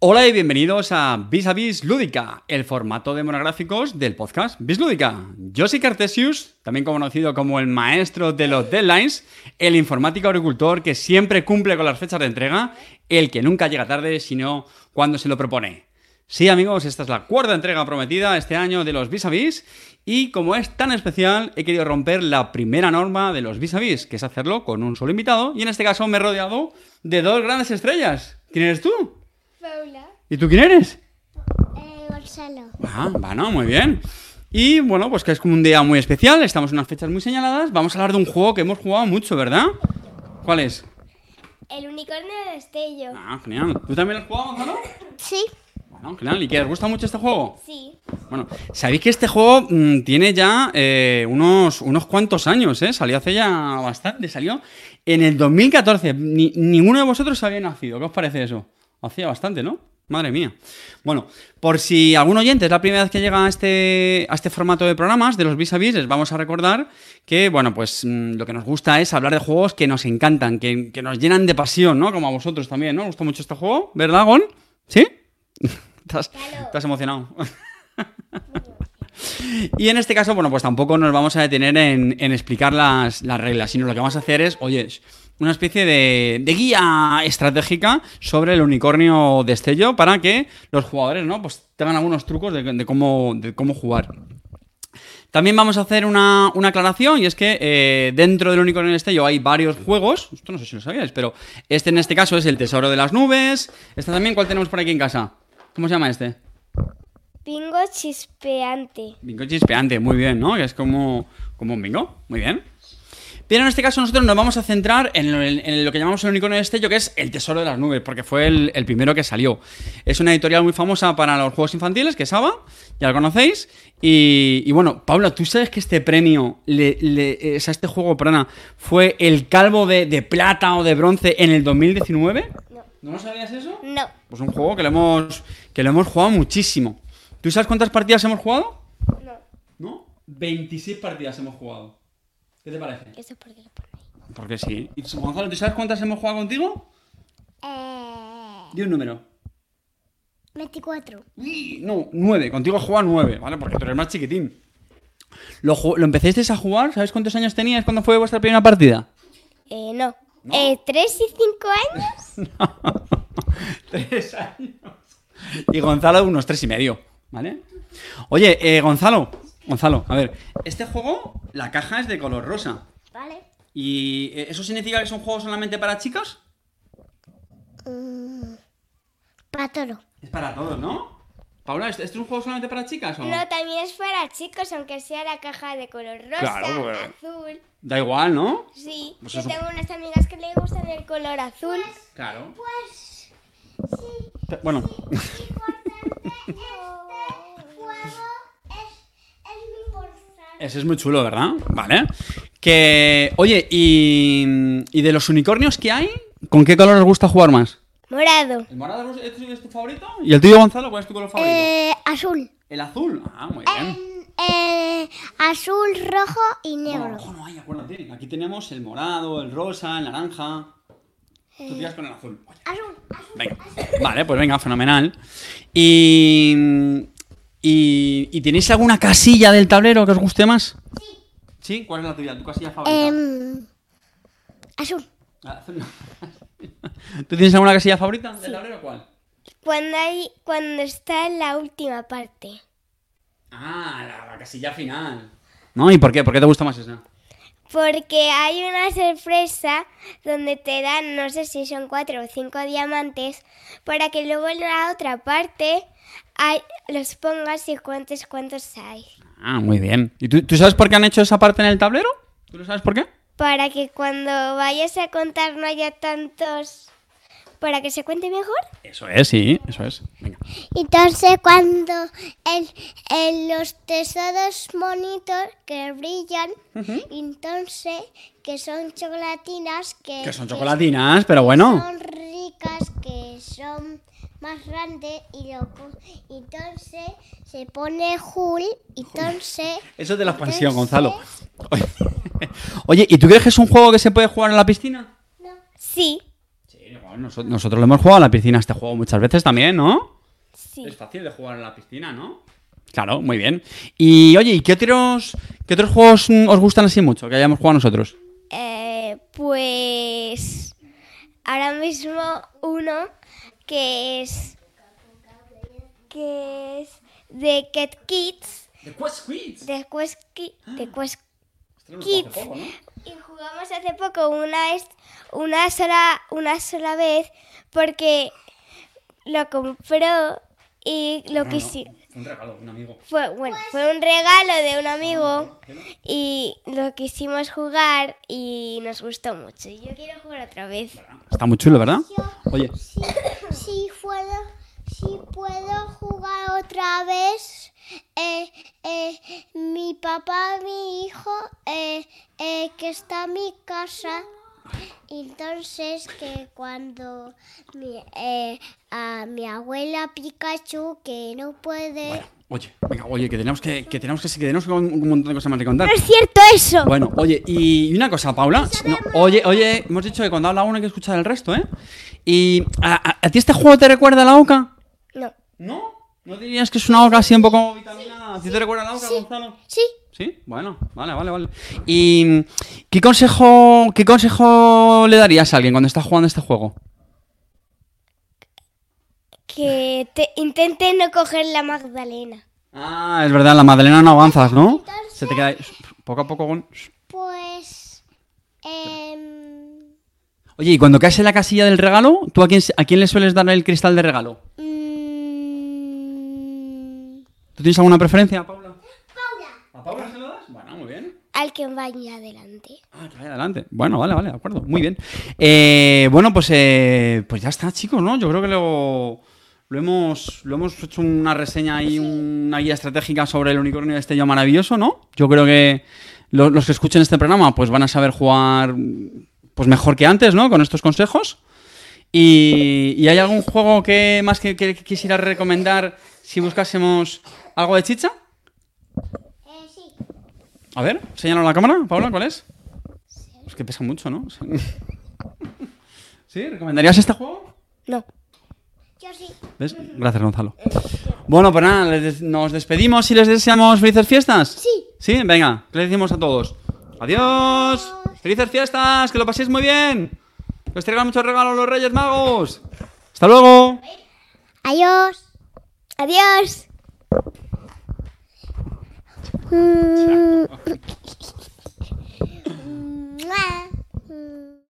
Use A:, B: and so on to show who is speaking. A: Hola y bienvenidos a Vis a Vis Lúdica, el formato de monográficos del podcast Vis Lúdica. Yo soy Cartesius, también conocido como el maestro de los deadlines, el informático agricultor que siempre cumple con las fechas de entrega, el que nunca llega tarde sino cuando se lo propone. Sí, amigos, esta es la cuarta entrega prometida este año de los Vis a Vis y como es tan especial, he querido romper la primera norma de los Vis a Vis, que es hacerlo con un solo invitado y en este caso me he rodeado de dos grandes estrellas. ¿Quién eres tú?
B: Paula.
A: ¿Y tú quién eres?
B: Eh, Gonzalo.
A: Ah, bueno, muy bien. Y bueno, pues que es como un día muy especial, estamos en unas fechas muy señaladas. Vamos a hablar de un juego que hemos jugado mucho, ¿verdad? ¿Cuál es?
B: El unicornio de destello.
A: Ah, genial. ¿Tú también lo has jugado, Gonzalo?
B: Sí.
A: Bueno, genial. ¿Y qué? ¿Os gusta mucho este juego?
B: Sí.
A: Bueno, sabéis que este juego mm, tiene ya eh, unos, unos cuantos años, ¿eh? Salió hace ya bastante, salió en el 2014. Ni- ninguno de vosotros había nacido. ¿Qué os parece eso? Hacía bastante, ¿no? Madre mía. Bueno, por si algún oyente es la primera vez que llega a este, a este formato de programas, de los vis a vis, les vamos a recordar que, bueno, pues mm, lo que nos gusta es hablar de juegos que nos encantan, que, que nos llenan de pasión, ¿no? Como a vosotros también, ¿no? Os gustó mucho este juego, ¿verdad, Gon? ¿Sí? estás, estás emocionado. Y en este caso, bueno, pues tampoco nos vamos a detener en, en explicar las, las reglas, sino lo que vamos a hacer es, oye, es una especie de, de guía estratégica sobre el unicornio destello para que los jugadores, ¿no? Pues tengan algunos trucos de, de cómo, de cómo jugar. También vamos a hacer una, una aclaración y es que eh, dentro del Unicornio Destello hay varios juegos. Esto no sé si lo sabíais, pero este en este caso es el Tesoro de las Nubes. Este también, ¿cuál tenemos por aquí en casa? ¿Cómo se llama este?
B: Bingo chispeante.
A: Bingo chispeante, muy bien, ¿no? Que es como, como un bingo, muy bien. Pero en este caso nosotros nos vamos a centrar en lo, en lo que llamamos el unicornio destello, que es el tesoro de las nubes, porque fue el, el primero que salió. Es una editorial muy famosa para los juegos infantiles, que es ABBA, ya lo conocéis. Y, y bueno, Paula, ¿tú sabes que este premio, le, le- o sea, este juego, perdona, fue el calvo de, de plata o de bronce en el 2019?
B: No.
A: ¿No lo sabías eso?
B: No.
A: Pues un juego que lo hemos, que lo hemos jugado muchísimo. ¿Tú sabes cuántas partidas hemos jugado?
B: No.
A: ¿No? 26 partidas hemos jugado. ¿Qué te parece?
B: Eso es porque lo pone
A: Porque sí. ¿Y tú, Gonzalo, ¿tú sabes cuántas hemos jugado contigo?
B: ahí.
A: Di un número.
B: 24.
A: Uy, No, 9. Contigo he jugado 9, ¿vale? Porque tú eres más chiquitín. Lo, ju- lo empezasteis a jugar, ¿sabéis cuántos años tenías cuando fue vuestra primera partida?
B: Eh, no. Eh, ¿Tres y cinco años?
A: Tres años. Y Gonzalo unos tres y medio, ¿vale? Oye, eh, Gonzalo, Gonzalo, a ver, este juego, la caja es de color rosa.
B: vale.
A: ¿Y eh, eso significa que es un juego solamente para chicas?
B: Para toro.
A: Es para todos, ¿no? Paula, ¿esto, esto es un juego solamente para chicas o
B: No, también es para chicos, aunque sea la caja de color rosa,
A: Claro, porque-
B: azul.
A: Da igual, ¿no?
B: Sí.
A: Pues
B: Yo
A: eso-
B: tengo unas amigas que le gustan el color azul.
A: Claro.
B: Pues sí.
A: Pe- Bueno,
B: importante este juego es, es muy importante.
A: ese es muy chulo, ¿verdad? Vale. Que, oye, y, y de los unicornios que hay, ¿con qué color os gusta jugar más?
B: Morado.
A: ¿El morado es, es tu favorito? ¿Y el tuyo, Gonzalo? ¿Cuál es tu color favorito?
B: Eh, azul.
A: El azul. Ah,
B: eh,
A: muy bien.
B: azul, rojo y
A: Bueno, rojo no hay, acuérdate. Aquí tenemos el morado, el rosa, el naranja. Tú tiras con el azul. Oye.
B: Azul.
A: Venga. Vale, pues venga, fenomenal. Y, y. ¿y tenéis alguna casilla del tablero que os guste más? Sí. ¿Sí? ¿Cuál es la tuya? ¿Tu casilla
B: Em.
A: favorita?
B: azul.
A: Ah, azul no. ¿Tú tienes alguna casilla favorita del tablero? ¿Cuál?
B: Cuando hay, cuando está en la última parte.
A: Ah, la, la casilla final. ¿No? ¿Y por qué? ¿Por qué te gusta más esa?
B: Porque hay una sorpresa donde te dan, no sé si son cuatro o cinco diamantes, para que luego en la otra parte hay- los pongas y cuentes cuántos hay.
A: Ah, muy bien. ¿Y tú, tú sabes por qué han hecho esa parte en el tablero? ¿Tú lo sabes por qué?
B: Para que cuando vayas a contar no haya tantos. Para que se cuente mejor.
A: Eso es, sí, eso es. Venga.
B: Entonces, cuando el, el- los tesoros bonitos que brillan, entonces, que son chocolatinas, que,
A: Que son chocolatinas, pero bueno.
B: Eh, son ricas, que son más grandes, y lo co- entonces se pone Jul, entonces.
A: Eso es de la expansión,
B: entonces-
A: Gonzalo. Oye, ¿y tú crees que es un juego que se puede jugar en la piscina?
B: Sí.
A: Sí, bueno, Noso- Nosotros lo hemos jugado a la piscina este juego muchas veces también, ¿no?
B: Sí.
A: Es fácil de jugar en la piscina, ¿no? Claro, muy bien. Y oye, ¿y qué otros, qué otros juegos mm, os gustan así mucho que hayamos jugado nosotros?
B: Eh, pues ahora mismo uno que es que es de Cat Kids,
A: The Quest Quiz.
B: de Quest, Ki- de Quest
A: Ostras,
B: Kids.
A: lo juego hace poco, ¿no?
B: Y jugamos hace poco una, es- una, sola, una sola vez porque lo compró y lo
A: No, no,
B: quisi-
A: fue Un regalo, un amigo.
B: Fue, bueno, fue un regalo de un amigo y lo quisimos jugar y nos gustó mucho. Yo quiero jugar otra vez.
A: Está muy chulo, ¿verdad? Oye,
C: Si, si puedo, si puedo jugar otra vez, eh, eh, mi papá, mi hijo, eh, eh, que está en mi casa. Entonces que cuando mi, eh, a mi abuela Pikachu que no puede...
A: vaya, oye, venga, oye, que tenemos que, que tenemos que, que tenemos que- un montón de cosas más que contar.
B: es cierto eso!
A: Bueno, oye, y una cosa, Paula. no, oye, oye, hemos dicho que cuando habla uno hay que escuchar el resto, ¿eh? ¿Y a, a- a ti este juego te recuerda a la OCA?
B: No,
A: ¿No? ¿No dirías que es una OCA así un poco vitamina? ¿A ti te recuerda a la OCA, Gonzalo?
C: Sí,
A: Sí, bueno, vale, vale, vale. ¿Y mm, qué consejo, qué consejo le darías a alguien cuando está jugando este juego?
B: que te intente no coger la Magdalena.
A: Ah, es verdad, la Madalena no avanzas, ¿no? Se te queda ahí, poco a poco. con-
C: pues... em,
A: Oye, y cuando caes en la casilla del regalo, ¿tú a quién, se- a quién le sueles dar el cristal de regalo?
C: mm,
A: ¿Tú tienes alguna preferencia, Paula? Paula. ¿A Paula se lo das? Bueno, muy bien.
B: Al que vaya adelante.
A: Ah, que vaya adelante. Bueno, vale, vale, de acuerdo. Muy bien. Eh, bueno, pues, eh, pues ya está, chicos, ¿no? Yo creo que lo, lo, hemos, lo hemos hecho una reseña y una guía estratégica sobre el unicornio de estello maravilloso, ¿no? Yo creo que lo- los que escuchen este programa pues van a saber jugar pues mejor que antes, ¿no? Con estos consejos. ¿Y, y hay algún juego que más que, que quisiera recomendar si buscásemos algo de chicha?
C: eh, sí.
A: A ver, señala la cámara, Paula, ¿cuál es? Es Pues que pesa mucho, ¿no? ¿Sí? ¿Recomendarías este juego?
B: No.
C: Yo sí.
A: ¿Ves? Gracias, Gonzalo. Bueno, pues nada, les des- nos despedimos y les deseamos felices fiestas.
C: Sí.
A: Sí, venga, ¿qué le decimos a todos? ¡Adiós! ¡Felices fiestas! ¡Que lo paséis muy bien! ¡Que os traigan muchos regalos los Reyes Magos! ¡Hasta luego!
C: Adiós.
B: ¡Adiós!
C: Mua. Mm.